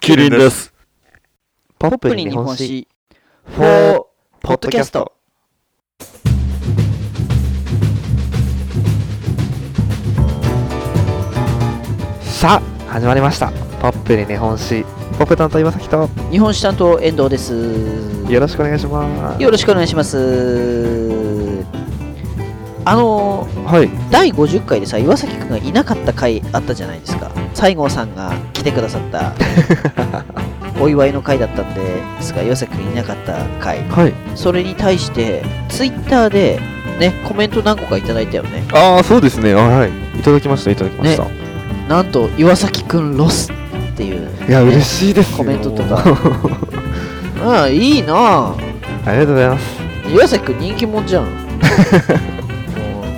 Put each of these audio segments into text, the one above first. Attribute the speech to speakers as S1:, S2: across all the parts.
S1: キリンです。
S2: ポッ
S3: ポッ
S2: プ
S3: プ
S2: に日
S3: に日
S2: 本
S3: 本
S2: 史
S3: 史。4ポッドキャスト。
S2: さあ、始まりました。ポップに日本史。ポップ担当岩崎と、
S3: 日本史担当遠藤です。
S2: よろしくお願いします。
S3: よろしくお願いします。あのー
S2: はい。
S3: 第50回でさ岩崎くんがいなかった回あったじゃないですか西郷さんが来てくださった お祝いの回だったんですが岩崎くんいなかった回
S2: はい。
S3: それに対してツイッターでねコメント何個かいただいたよね
S1: ああ、そうですね。はい。
S2: いただきました、いただきました。
S3: なんと岩崎くんロスっていう
S2: いや、
S3: ね
S2: 嬉しいですよ。
S3: コメントとかああいいなあ
S2: ありがとうございます。
S3: 岩崎くん人気者じゃんも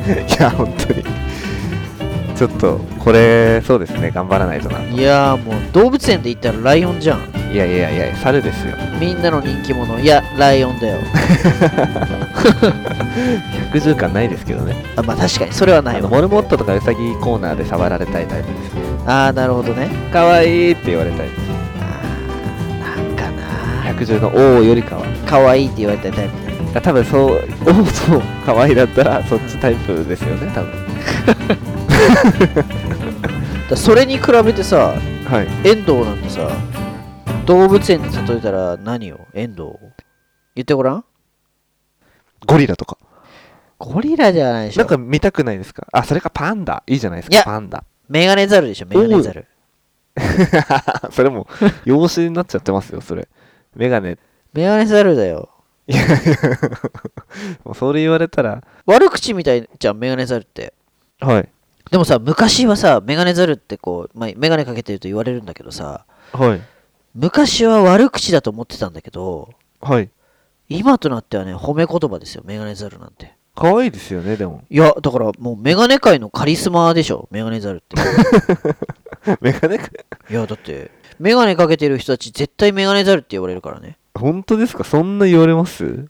S2: いや、本当に。ちょっと、これ、そうですね、頑張らないとな。
S3: ういやあもう動物園で言ったらライオンじゃん
S2: いやいやいや、猿ですよ。
S3: みんなの人気者いやライオンだよ
S2: 110巻ないですけどね。
S3: あまあ確かにそれはな
S2: あ
S3: い
S2: の
S3: わ
S2: モルモットとかウサギコーナーで触られたいタイプです。
S3: ああなるほどね
S2: かわいいって言われたいです。
S3: あーなんかな
S2: 110の王よりかは。
S3: 可愛いって言われたタイプね
S2: あ多分そう、おそう、可愛いだったら、そっちタイプですよね、多分。
S3: だからそれに比べてさ
S2: はい。
S3: 遠藤なんてさ動物園に例えたら何よ遠藤言ってごらん
S2: ゴリラとか。
S3: ゴリラじゃないでしょ
S2: なんか見たくないですかあ、それかパンダ。いいじゃないです
S3: いや
S2: か、パンダ。
S3: メガネザルでしょメガネザル
S2: それもう、 養子になっちゃってますよ、それ。メガネ。
S3: メガネザルだよ
S2: いやいやもうそれ言われたら、
S3: 悪口みたいじゃんメガネザルって
S2: はい。
S3: でもさ昔はさメガネザルってこう、まあ、メガネかけてると言われるんだけどさ
S2: はい。
S3: 昔は悪口だと思ってたんだけど
S2: はい。
S3: 今となってはね褒め言葉ですよメガネザルなんて
S2: 可愛いですよね、でも。
S3: いやだからもうメガネ界のカリスマでしょメガネザルって
S2: メガネか、
S3: いやだってメガネかけてる人たち絶対メガネザルって言われるからね
S2: 本当ですかそんな言われます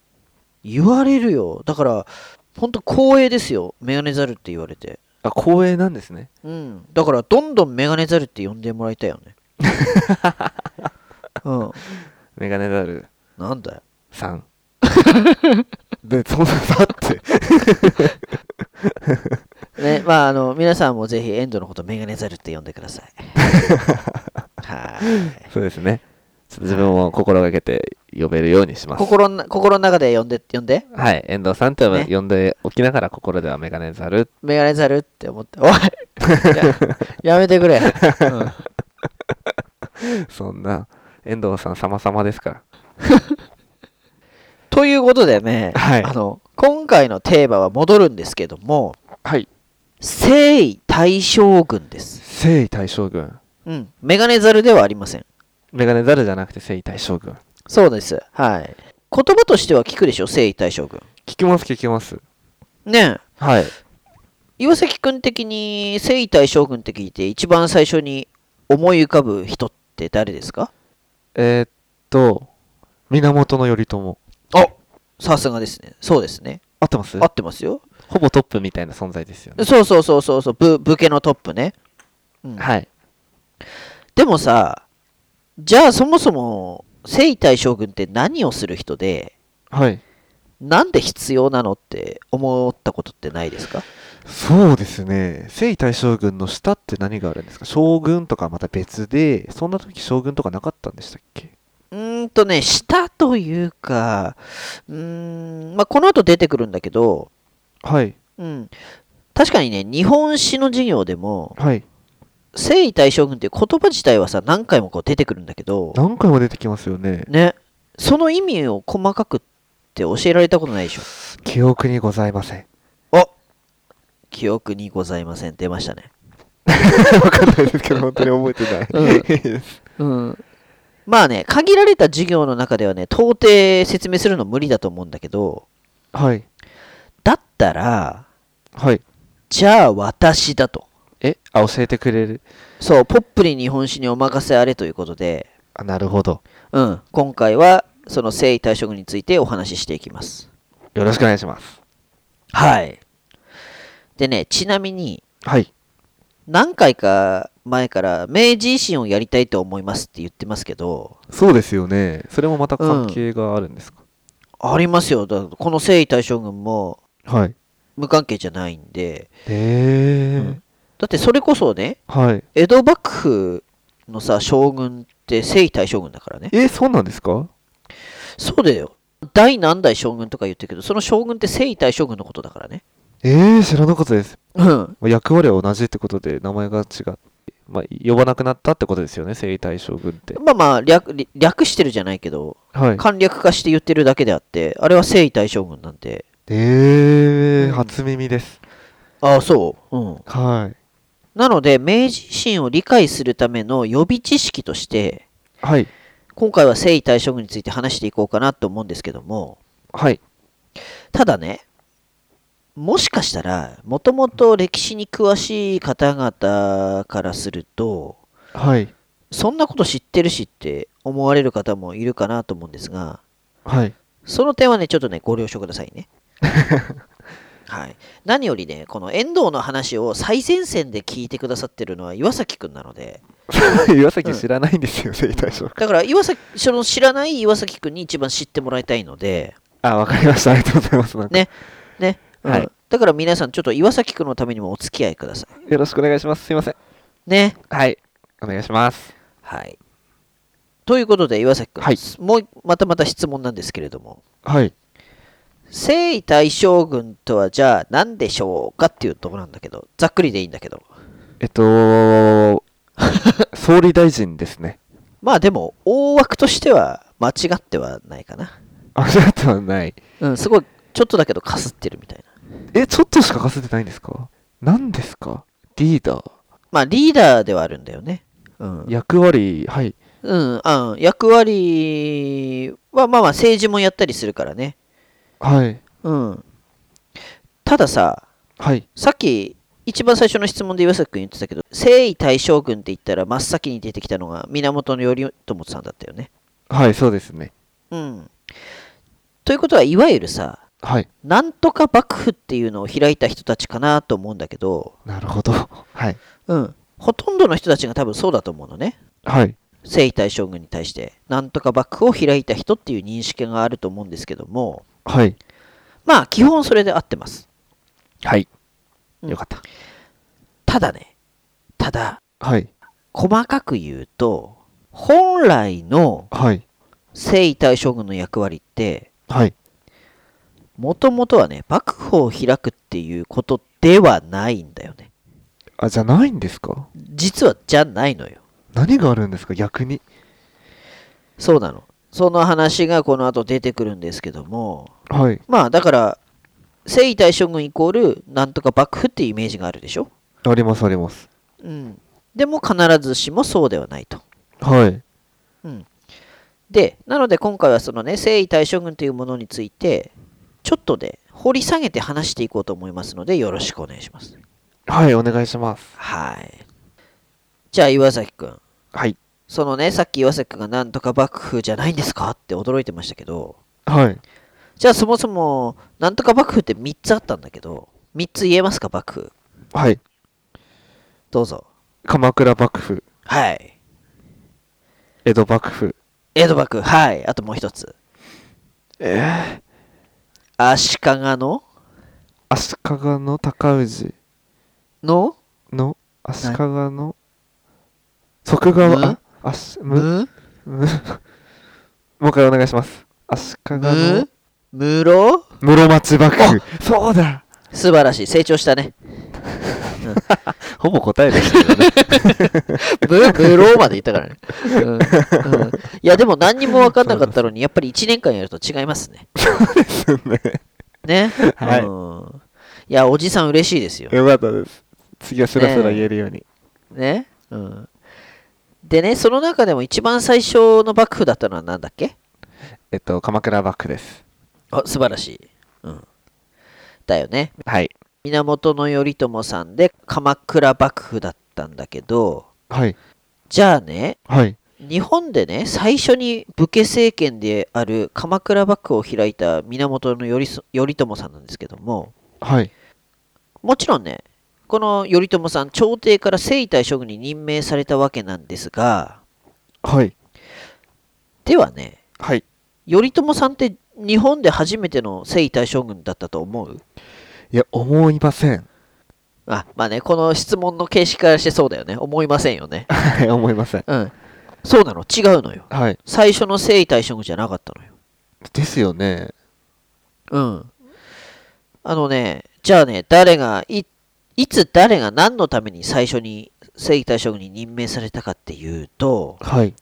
S3: 言われるよだからほんと光栄ですよメガネザルって言われて
S2: あ、光栄なんですね。
S3: うんだからどんどんメガネザルって呼んでもらいたいよ ねうん
S2: メガネザル
S3: なんだよ
S2: さ ん。で、そんな、だって。
S3: ねまあ、あの皆さんもぜひエンドのことメガネザルって呼んでくだ さい。はい
S2: そうですね。ちょっと自分も心がけて呼べるようにします。
S3: 心の心の中で呼んで呼んで
S2: はい、遠藤さんって
S3: ね
S2: 呼んでおきながら心ではメガネザル。
S3: メガネザルって思 っておいややめてくれ、うん
S2: そんな、遠藤さん様々ですから。
S3: ということでね、
S2: はい
S3: あの今回のテーマは戻るんですけども
S2: はい。
S3: 征夷大将軍です、
S2: 征夷大将軍。
S3: うん、メガネザルではありません
S2: メガネザルじゃなくて征夷大将軍。
S3: そうですはい言葉としては聞くでしょ征夷大将軍
S2: 聞きます、聞きます。
S3: ねえ
S2: はい。
S3: 岩崎君的に征夷大将軍って聞いて一番最初に思い浮かぶ人って誰ですか
S2: えー、っと、源頼朝。
S3: あさすがですねそうですね
S2: 合ってます
S3: 合ってますよ
S2: ほぼトップみたいな存在ですよね。
S3: そうそうそうそうそう武武家のトップね、うん
S2: はい。
S3: でもさじゃあそもそも征夷大将軍って何をする人で
S2: はい。
S3: なんで必要なのって思ったことってないですか
S2: そうですね。征夷大将軍の下って何があるんですか将軍とかまた別で、そんな時将軍とかなかったんでしたっけ
S3: うーんとね下というかうーんまあこの後出てくるんだけど
S2: はい。
S3: うん、確かにね日本史の授業でも
S2: はい。
S3: 征夷大将軍っていう言葉自体はさ何回もこう出てくるんだけど、
S2: 何回も出てきますよね。
S3: ね、その意味を細かくって教えられたことないでしょ
S2: 記憶にございません。
S3: 記憶にございません出ましたね、
S2: わかんないですけど、本当に覚えてない。
S3: うん、まあね限られた授業の中ではね到底説明するの無理だと思うんだけど
S2: はい。
S3: だったら
S2: はい。
S3: じゃあ私だと
S2: えあ、教えてくれる。
S3: そうポップリ日本史にお任せあれということで、
S2: あ、なるほど。
S3: うん、今回はその征夷大将軍についてお話ししていきます
S2: よろしくお願いします。
S3: はい。でね、ちなみに、
S2: はい。
S3: 何回か前から明治維新をやりたいと思いますって言ってますけど、
S2: そうですよね。それもまた関係があるんですか、
S3: ありますよ。だからこの征夷大将軍も
S2: はい。へ
S3: 無関係じゃないんで、
S2: えー
S3: うんだってそれこそね、
S2: はい。
S3: 江戸幕府のさ、将軍って征夷大将軍だからね。
S2: え、そうなんですか
S3: そうだよ。第何代将軍とか言ってるけど、その将軍って征夷大将軍のことだからね。
S2: えー、知らなかったです。
S3: うん。
S2: まあ役割は同じってことで、名前が違って、まあ、呼ばなくなったってことですよね、征夷大将軍って。
S3: まあまあ略、略してるじゃないけど、
S2: はい。
S3: 簡略化して言ってるだけであって、あれは征夷大将軍なんで。
S2: えー、
S3: うん
S2: 初耳です。
S3: ああ、そう。うん。
S2: はい。
S3: なので、明治維新を理解するための予備知識として、
S2: はい。
S3: 今回は征夷大将軍について話していこうかなと思うんですけども、
S2: はい。
S3: ただね、もしかしたら、もともと歴史に詳しい方々からすると、
S2: はい。
S3: そんなこと知ってるしって思われる方もいるかなと思うんですが、
S2: はい。
S3: その点はね、ちょっとね、ご了承くださいね。はい、何よりね、この遠藤の話を最前線で聞いてくださってるのは岩崎くんなので、
S2: 岩崎知らないんですよ、征夷大将軍。
S3: だから岩崎その知らない岩崎君に一番知ってもらいたいので、
S2: あ、わかりました。ありがとうございます。なんか
S3: ねね
S2: はい
S3: うんだから皆さんちょっと岩崎君のためにもお付き合いくださ
S2: よろしくお願いします。すいません。
S3: いね
S2: はい。お願いします。
S3: はいということで岩崎君、
S2: はい
S3: もうまたまた質問なんですけれども
S2: はい。
S3: 征夷大将軍とはじゃあ何でしょうかっていうところなんだけどざっくりでいいんだけど
S2: えっと、総理大臣ですね。
S3: まあでも大枠としては間違ってはないかな
S2: あ、そうやってはない。
S3: うんすごいちょっとだけどかすってるみたいな
S2: え、ちょっとしかかせてないんですか何ですかリーダー
S3: まあリーダーではあるんだよねうん
S2: 役割、はい。
S3: うん、あ役割はまあまあ政治もやったりするからね。
S2: はい。
S3: うん。たださ、
S2: はい。
S3: さっき一番最初の質問で岩崎君言ってたけど、征夷大将軍って言ったら真っ先に出てきたのが源頼朝さんだったよね。
S2: はい、そうですね。
S3: うん。ということはいわゆるさ、
S2: はい。
S3: なんとか幕府っていうのを開いた人たちかなと思うんだけど、
S2: なるほど。はい。
S3: うん。ほとんどの人たちが多分そうだと思うのね。
S2: はい。
S3: 征夷大将軍に対して、なんとか幕府を開いた人っていう認識があると思うんですけども、
S2: はい。
S3: まあ基本それで合ってます。
S2: はい。
S3: うん
S2: よかった。
S3: ただね、ただ、
S2: はい。
S3: 細かく言うと、本来の
S2: はい。
S3: 征夷大将軍の役割って、
S2: はい。
S3: もともとはね、幕府を開くっていうことではないんだよね。
S2: あ、じゃないんですか
S3: 実はじゃないのよ。
S2: 何があるんですか逆に。
S3: そうなの。その話がこの後出てくるんですけども、
S2: はい。
S3: まあだから、征夷大将軍イコール、なんとか幕府っていうイメージがあるでしょ
S2: あります、あります。
S3: うん。でも必ずしもそうではないと。
S2: はい。
S3: で、なので今回はそのね、征夷大将軍というものについて、ちょっとで、掘り下げて話していこうと思いますので、よろしくお願いします。
S2: はい、お願いします。
S3: はい。じゃあ、岩崎くん。
S2: はい。
S3: そのね、さっき岩崎くんがなんとか幕府じゃないんですかって驚いてましたけど、
S2: はい。
S3: じゃあそもそも、なんとか幕府って3つあったんだけど、3つ言えますか、幕府。
S2: はい。
S3: どうぞ。
S2: 鎌倉幕府、
S3: はい。
S2: 江戸幕府。
S3: 江戸幕府、はい。あともう一つ。
S2: えー、
S3: 足利の
S2: 足利の高氏
S3: の
S2: の、足利の、徳川、あ、足、む、
S3: む
S2: む、もう一回お願いします。足利の
S3: む室
S2: 室町幕府。そうだ
S3: 素晴らしい。成長したね。
S2: ほぼ答えでした よね。
S3: ブブローまで言ったからね。うんうんいや、でも何にも分かんなかったのに、やっぱり1年間やると違いますね。ね。
S2: はい
S3: うんいや、おじさん嬉しいですよ。
S2: よかったです。次はスラスラ言えるように。
S3: ね。うんでね、その中でも一番最初の幕府だったのは何だっけ
S2: えっと、鎌倉幕府です。
S3: あ素晴らしい。うんだよね。
S2: はい。
S3: 源頼朝さんで鎌倉幕府だったんだけど、
S2: はい。
S3: じゃあね、
S2: はい。
S3: 日本でね最初に武家政権である鎌倉幕府を開いた源頼そ頼朝さんなんですけども
S2: はい。
S3: もちろんねこの頼朝さん朝廷から征夷大将軍に任命されたわけなんですが
S2: はい。
S3: ではね
S2: はい。
S3: 頼朝さんって日本で初めての征夷大将軍だったと思う
S2: いや、思いません。
S3: あまあねこの質問の形式からしてそうだよね思いませんよね
S2: はい、 思いません。
S3: うんそうなの違うのよ
S2: はい。
S3: 最初の征夷大将軍じゃなかったのよ
S2: ですよね。
S3: うん。あのね、じゃあね、誰が、い、いつ誰が何のために最初に正義大将軍に任命されたかっていうと、
S2: はい。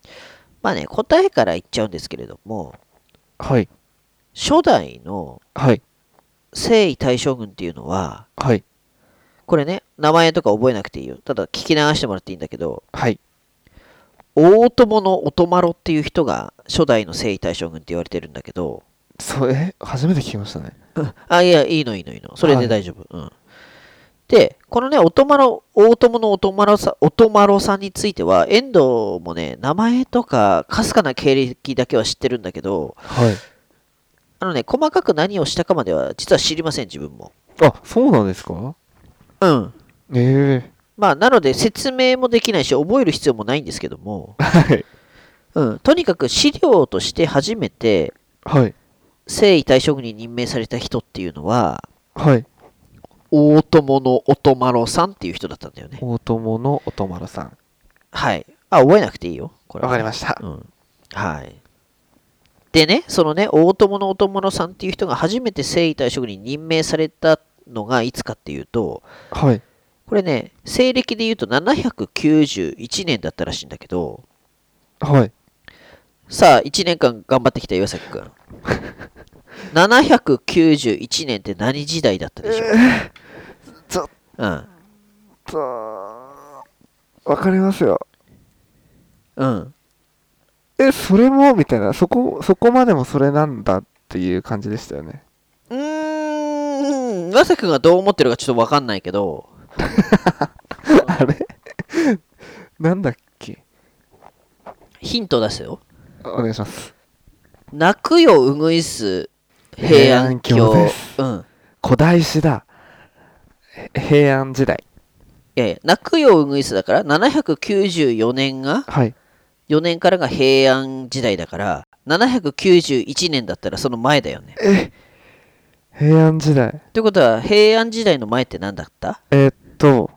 S3: まあね、答えから言っちゃうんですけれども、
S2: はい。
S3: 初代の
S2: はい。
S3: 征夷大将軍っていうのは、
S2: はい。
S3: これね、名前とか覚えなくていいよ。ただ聞き流してもらっていいんだけど、
S2: はい。
S3: 大友のオトマロっていう人が初代の征夷大将軍って言われてるんだけど、
S2: それ、初めて聞きましたね。
S3: あ、いや、いいの、いいの、いいの。それ
S2: は
S3: で
S2: い
S3: 大丈夫。うん。で、このね、おとまろ、大友のおとまろさん、おとまろさんについては、遠藤もね、名前とか、かすかな経歴だけは知ってるんだけど、
S2: はい。
S3: あのね、細かく何をしたかまでは、実は知りません、自分も。
S2: あ、そうなんですか
S3: うん。
S2: ええ
S3: まあ、なので、説明もできないし、覚える必要もないんですけども、
S2: はい。
S3: うん。とにかく、資料として初めて、
S2: はい。
S3: 征夷大将軍に任命された人っていうのは、
S2: はい。
S3: 大友のおとまろさんっていう人だったんだよね。
S2: 大友のおとまろさん。
S3: はい。あ、覚えなくていいよ。これは。
S2: ました。
S3: うん。はい。でね、そのね、大友の大友のさんっていう人が初めて征夷大将軍に任命されたのがいつかっていうと、
S2: はい。
S3: これね、西暦で言うと791年だったらしいんだけど、
S2: はい。
S3: さあ、1年間頑張ってきた岩崎 くん。791年って何時代だったでしょう、
S2: ちょっ
S3: うん。
S2: と、わかりますよ。
S3: うん。
S2: え、それもみたいな、そこ、そこまでもそれなんだっていう感じでしたよね。
S3: うーん、岩崎くんがどう思ってるかちょっとわかんないけど、
S2: あれ なんだっけ
S3: ヒント出すよ。
S2: お願いします。
S3: 泣くようぐいす平安京
S2: 平安京です
S3: うん
S2: 古代史だ。へ平安時代。
S3: いやいや泣くようぐいすだから794年が
S2: はい。
S3: 4年からが平安時代だから791年だったらその前だよね
S2: え、平安時代。
S3: ということは平安時代の前って何だった
S2: えーっと、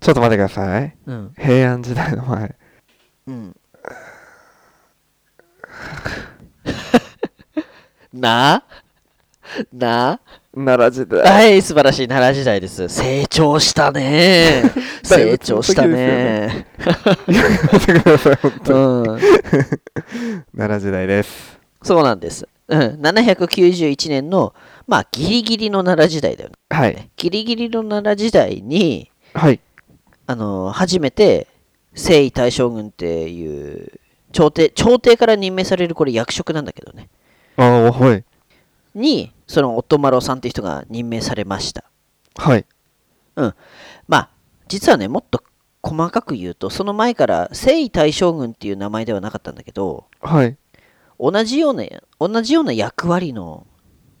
S2: ちょっと待ってください。
S3: うん、
S2: 平安時代の前。
S3: うん、 なあなあ
S2: 奈良時 代。
S3: はい、素晴らしい奈良時代です。成長したね。
S2: だいぶ
S3: 成長したね。
S2: 待ってください、本当に
S3: うん、
S2: 奈良時代です。
S3: そうなんです。うん、791年の、まあ、ギリギリの奈良時代だよ
S2: はい。
S3: ね。ギリギリの奈良時代に、
S2: はい。
S3: あの初めて征夷大将軍っていう朝廷、朝廷から任命されるこれ役職なんだけどね。
S2: ああ、はい。
S3: に、そのオットマロさんって人が任命されました。
S2: はい。
S3: まあ、実はね、もっと細かく言うと、その前から征夷大将軍っていう名前ではなかったんだけど、
S2: はい。
S3: 同じような、同じような役割の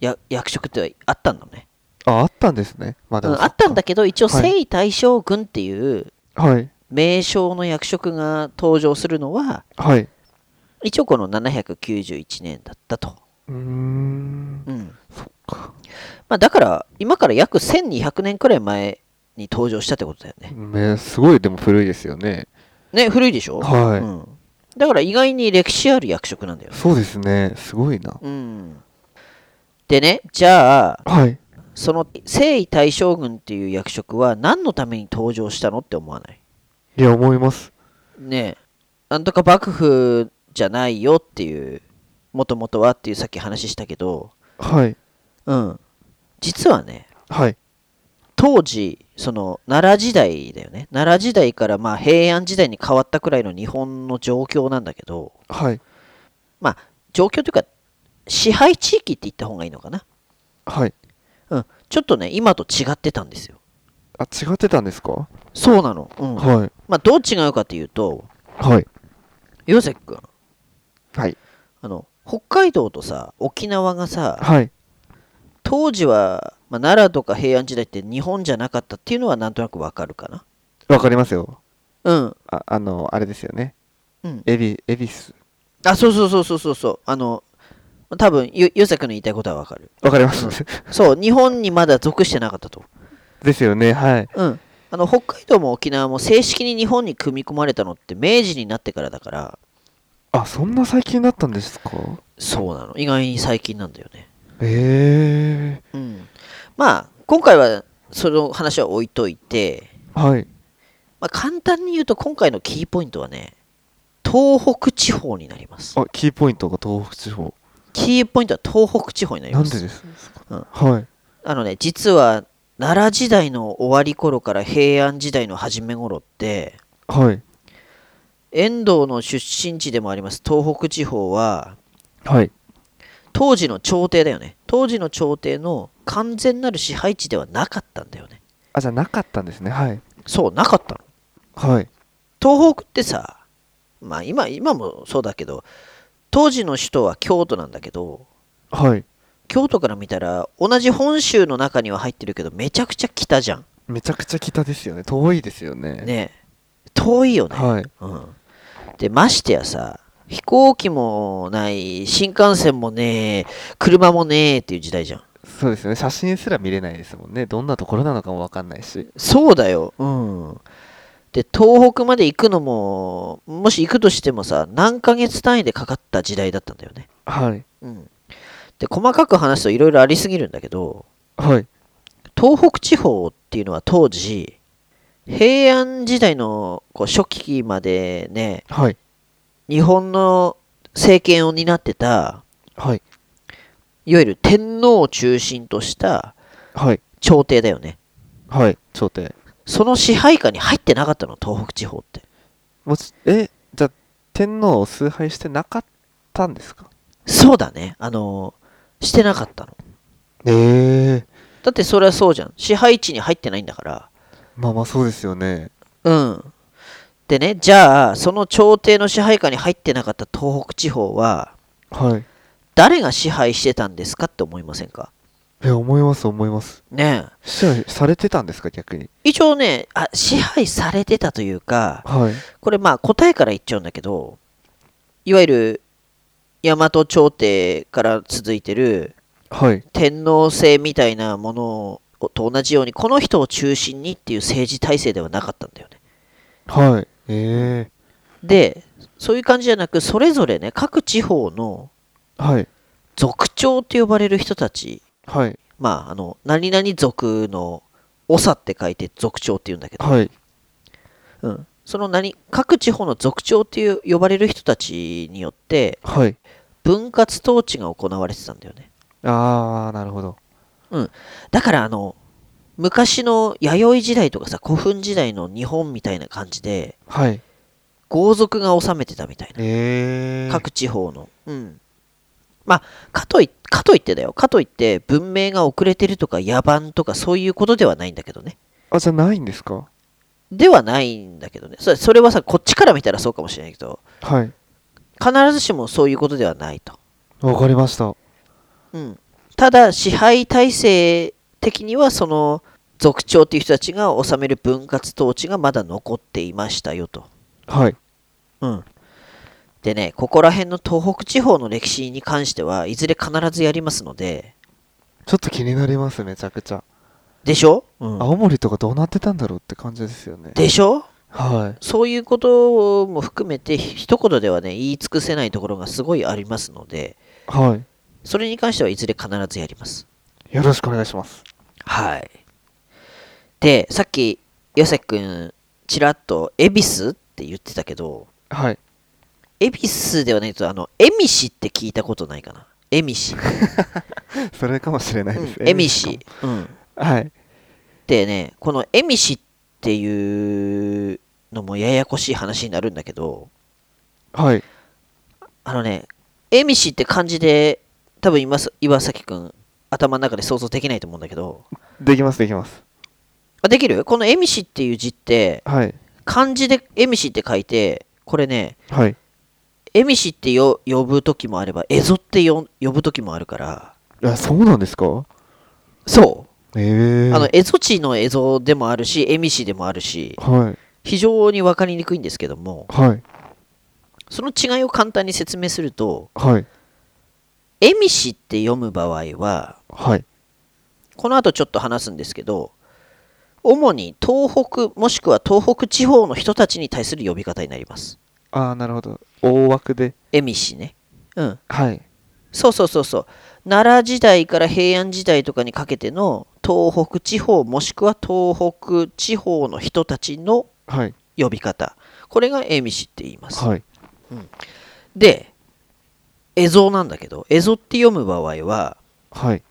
S3: や役職ってあったんだね。
S2: あ、あったんですね。まあ、で
S3: う
S2: も
S3: ん、あったんだけど一応
S2: はい
S3: 征夷大将軍っていう
S2: はい。
S3: 名称の役職が登場するのは
S2: はい。
S3: 一応この791年だったと、
S2: うーん。
S3: うん
S2: そっか。
S3: まあ、だから今から約1200年くらい前に登場したってことだよね
S2: ね、すごい、でも古いですよね。
S3: ね古いでしょ、
S2: はい。
S3: うん、だから意外に歴史ある役職なんだよね、
S2: そうですね。すごいな。
S3: うん、でねじゃあ
S2: はい。
S3: その征夷大将軍っていう役職は何のために登場したのって思わない
S2: いや、思います。
S3: ねえなんとか幕府じゃないよっていうもともとはっていうさっき話したけど
S2: はい。
S3: うん実はね
S2: はい。
S3: 当時その奈良時代だよね奈良時代からまあ平安時代に変わったくらいの日本の状況なんだけど
S2: はい。
S3: 状況というか支配地域って言った方がいいのかな
S2: はい。
S3: うんちょっとね今と違ってたんですよ
S2: あ、違ってたんですか
S3: そうなのうん
S2: はい。
S3: まあどう違うかというと
S2: はい。
S3: 岩崎君
S2: はい。
S3: あの北海道とさ沖縄がさ
S2: はい。
S3: 当時はまあ、奈良とか平安時代って日本じゃなかったっていうのはなんとなくわかるかな。
S2: わかりますよ。
S3: うん。
S2: ああの、あれですよね。
S3: うん、
S2: エビ、エビス。
S3: あ、そうそうそうそうそうそう。あの、多分よ、ヨセ君の言いたいことはわかる。
S2: わかります。
S3: そう、日本にまだ属してなかったと。
S2: ですよね。はい。
S3: うん。あの、北海道も沖縄も正式に日本に組み込まれたのって明治になってからだから、
S2: あ、そんな最近だったんですか
S3: そうなの。意外に最近なんだよね。
S2: ええ
S3: うん。まあ、今回はその話は置いといて、
S2: はい。
S3: まあ、簡単に言うと今回のキーポイントはね、東北地方になります。
S2: あ、キーポイントが東北地方。
S3: キーポイントは東北地方になり
S2: な
S3: ま
S2: ん
S3: す。
S2: でです
S3: う
S2: か
S3: ん
S2: はい。
S3: あのね、実は奈良時代の終わり頃から平安時代の初め頃って、
S2: はい。
S3: 遠藤の出身地でもあります東北地方は、
S2: はい。
S3: 当時の朝廷だよね。当時の朝廷の完全なる支配地ではなかったんだよね。
S2: あ、じゃあなかったんですね。はい。
S3: そう、なかったの。
S2: はい。
S3: 東北ってさ、まあ今、今もそうだけど、当時の首都は京都なんだけど、
S2: はい。
S3: 京都から見たら同じ本州の中には入ってるけどめちゃくちゃ北じゃん
S2: めちゃくちゃ北ですよね。遠いですよね。
S3: ねえ遠いよね、
S2: はい。
S3: うん、でましてやさ飛行機もない新幹線もねえ車もねえっていう時代じゃん
S2: そうですよね。写真すら見れないですもんね。どんなところなのかもわかんないし。
S3: そうだようんで東北まで行くのももし行くとしてもさ何ヶ月単位でかかった時代だったんだよね
S2: はい。
S3: うんで細かく話すといろいろありすぎるんだけど
S2: はい。
S3: 東北地方っていうのは当時平安時代のこう初期までね
S2: はい。
S3: 日本の政権を担ってた
S2: はい。
S3: いわゆる天皇を中心とした
S2: はい。
S3: 朝廷だよね
S2: はい。朝廷。
S3: その支配下に入ってなかったの東北地方って
S2: もし、え、じゃあ、天皇を崇拝してなかったんですか
S3: そうだねあのしてなかったの
S2: ええ
S3: だってそれはそうじゃん支配地に入ってないんだから
S2: まあまあそうですよね。
S3: うんでねじゃあその朝廷の支配下に入ってなかった東北地方は
S2: はい。
S3: 誰が支配してたんですかって思いませんか
S2: え、思います、思います。
S3: ねえ
S2: 支配されてたんですか、逆に。
S3: 一応ねあ支配されてたというか
S2: はい。
S3: これまあ答えから言っちゃうんだけどいわゆる大和朝廷から続いてる
S2: はい。
S3: 天皇制みたいなものと同じようにこの人を中心にっていう政治体制ではなかったんだよね
S2: はい。ええ
S3: でそういう感じじゃなくそれぞれね各地方の
S2: はい。
S3: 族長って呼ばれる人たち
S2: はい。
S3: まああの何々族の長って書いて族長って言うんだけど
S2: はい。
S3: うん、その何各地方の族長っていう呼ばれる人たちによって
S2: はい。
S3: 分割統治が行われてたんだよね
S2: あー、なるほど。
S3: だからあの昔の弥生時代とかさ古墳時代の日本みたいな感じで
S2: はい。
S3: 豪族が治めてたみたいな
S2: ええ
S3: 各地方のうんまあかといかといってだよかといって文明が遅れてるとか野蛮とかそういうことではないんだけどね
S2: あ、じゃあないんですか
S3: ではないんだけどねそれそれはさこっちから見たらそうかもしれないけど
S2: はい。
S3: 必ずしもそういうことではないと
S2: わかりました。
S3: うん、ただ支配体制的にはその族長という人たちが治める分割統治がまだ残っていましたよと。
S2: はい。
S3: うん、でねここら辺の東北地方の歴史に関してはいずれ必ずやりますので
S2: ちょっと気になります、めちゃくちゃ。
S3: でしょ、
S2: 青森とかどうなってたんだろうって感じですよね。
S3: でしょ
S2: はい。
S3: そういうことも含めてひ一言ではね言い尽くせないところがすごいありますので
S2: は
S3: それに関してはいずれ必ずやります。
S2: い。よろしくお願いします。
S3: はい。で、さっき、ヨセ君、ちらっと、恵比寿って言ってたけど、
S2: はい。
S3: 恵比寿ではないと、あの、恵比寿って聞いたことないかな。恵比 寿。
S2: それかもしれないです。
S3: 恵比寿。うん。
S2: はい。
S3: でね、この恵比寿っていうのもややこしい話になるんだけど、
S2: はい。
S3: あのね、恵比寿って漢字で、多分今す岩崎君、頭の中で想像できないと思うんだけど、
S2: できます、できます。
S3: あできるこの恵比寿っていう字って、
S2: はい。
S3: 漢字で恵比寿って書いて、これね、
S2: はい。
S3: エミシってよ呼ぶ時もあればエゾってよ呼ぶ時もあるから
S2: あ、そうなんですか
S3: そう
S2: ええ
S3: あの蝦夷地の蝦夷でもあるし蝦夷でもあるし
S2: はい
S3: 非常に分かりにくいんですけども
S2: はい
S3: その違いを簡単に説明すると
S2: はい
S3: 蝦夷って読む場合は
S2: はい
S3: この後ちょっと話すんですけど主に東北もしくは東北地方の人たちに対する呼び方になります
S2: ああなるほど大枠で
S3: 蝦夷ねうん
S2: はい
S3: そうそうそうそう奈良時代から平安時代とかにかけての東北地方もしくは東北地方の人たちの
S2: はい
S3: 呼び方これが蝦夷って言います、
S2: はい
S3: で蝦夷なんだけど蝦夷って読む場合は
S2: はい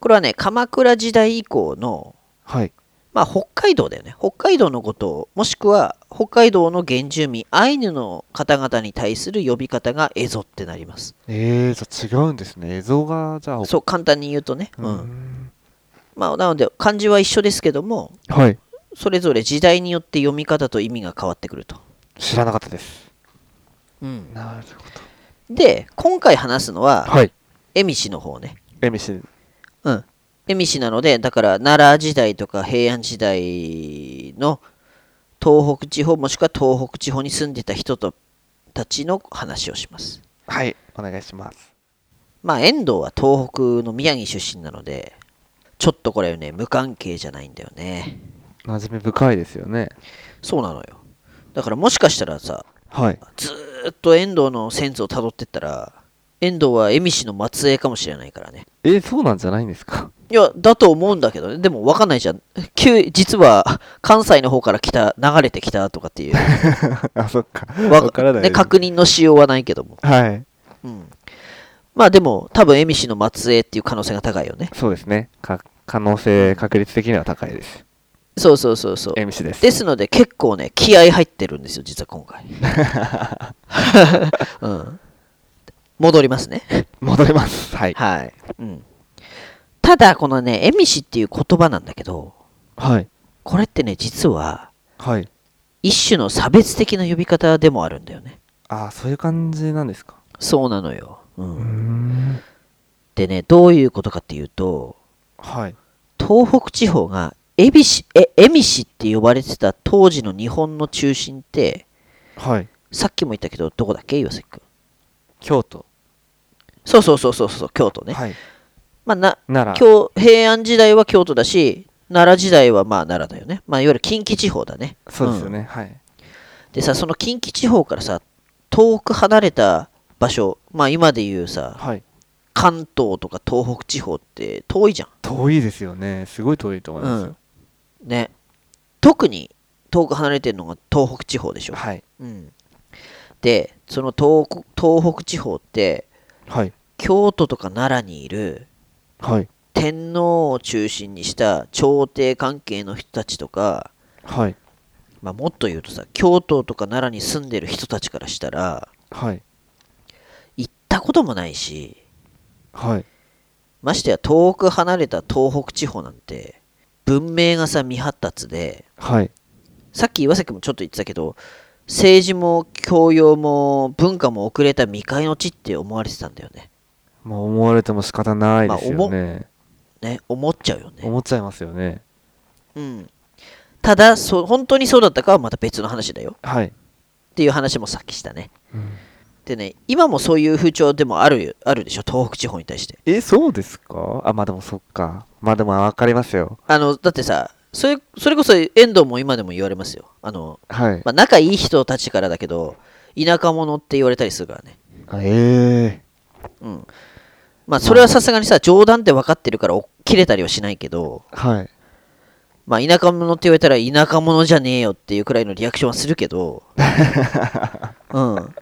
S3: これはね鎌倉時代以降の
S2: はい
S3: まあ北海道だよね北海道のことをもしくは北海道の原住民アイヌの方々に対する呼び方が蝦夷ってなります
S2: ええじゃあ違うんですね映像がじゃあ
S3: そう簡単に言うとね、うん
S2: ん
S3: まあなので漢字は一緒ですけども
S2: はい
S3: それぞれ時代によって読み方と意味が変わってくると、
S2: 知らなかったですなるほど
S3: で今回話すのは
S2: はい
S3: 蝦夷の方ね
S2: エミシ
S3: うん蝦夷なのでだから奈良時代とか平安時代の東北地方もしくは東北地方に住んでた人とたちの話をします
S2: はいお願いします
S3: まあ遠藤は東北の宮城出身なのでちょっとこれね無関係じゃないんだよね
S2: 馴染み深いですよね
S3: そうなのよだからもしかしたらさ
S2: はい
S3: ずーっと遠藤の先祖をたどってったら遠藤は恵美氏の末裔かもしれないからね
S2: えそうなんじゃないんですか
S3: いやだと思うんだけどねでも分かんないじゃん急実は関西の方から来た流れてきたとかっていう
S2: あそっか
S3: わ
S2: わからないで
S3: ね、
S2: す
S3: 確認のしようはないけども、
S2: はい
S3: うん、まあでも多分恵美氏の末裔っていう可能性が高いよね
S2: そうですねか可能性確率的には高いです
S3: そうそうそうそう
S2: エミシです
S3: ですので結構ね気合入ってるんですよ実は今 回、うん、戻りますね
S2: 戻りますはい
S3: はい。うん。ただ、このね、えみしっていう言葉なんだけど、
S2: はい
S3: これってね、実は、
S2: はい
S3: 一種の差別的な呼び方でもあるんだよね。
S2: ああそういう感じなんですか
S3: そうなのよ。うん
S2: うーん
S3: でね、どういうことかっていうと、
S2: はい
S3: 東北地方が、えびし、え、えみしって呼ばれてた当時の日本の中心って、
S2: はい
S3: さっきも言ったけど、どこだっけ岩崎君。
S2: 京都
S3: そうそうそうそうそう、京都ね。
S2: はい
S3: まあ、な、
S2: 奈良
S3: 京、平安時代は京都だし、奈良時代はまあ奈良だよね。まあ、いわゆる近畿地方だね。
S2: そうですよねはい
S3: でさその近畿地方からさ遠く離れた場所まあ今で言うさ
S2: はい
S3: 関東とか東北地方って遠いじゃん、
S2: 遠いですよねすごい遠いと思いますよ、
S3: ね特に遠く離れてるのが東北地方でしょ、
S2: はい
S3: うん、でその東北東北地方って
S2: はい
S3: 京都とか奈良にいる
S2: はい
S3: 天皇を中心にした朝廷関係の人たちとか、
S2: はい
S3: まあ、もっと言うとさ京都とか奈良に住んでる人たちからしたら
S2: はい
S3: 行ったこともないし
S2: はい
S3: ましてや遠く離れた東北地方なんて文明がさ未発達で
S2: はい
S3: さっき岩崎もちょっと言ってたけど政治も教養も文化も遅れた未開の地って思われてたんだよね。
S2: まあ思われても仕方ないですよね、
S3: ね思っちゃうよね。
S2: 思っちゃいますよね
S3: うん、ただそ本当にそうだったかはまた別の話だよ
S2: はい、
S3: っていう話もさっきしたね。
S2: うん
S3: でね今もそういう風潮でもあるよあるでしょ東北地方に対して。
S2: えそうですかあまあでもそっかまあでも分かりますよ
S3: あのだってさそれそれこそ遠藤も今でも言われますよ。あの
S2: はい
S3: まあ、仲いい人たちからだけど田舎者って言われたりするからね
S2: あええ
S3: うんまあそれはさすがにさ冗談って分かってるからお切れたりはしないけど
S2: はい
S3: まあ田舎者って言われたら田舎者じゃねえよっていうくらいのリアクションはするけ どうん、うん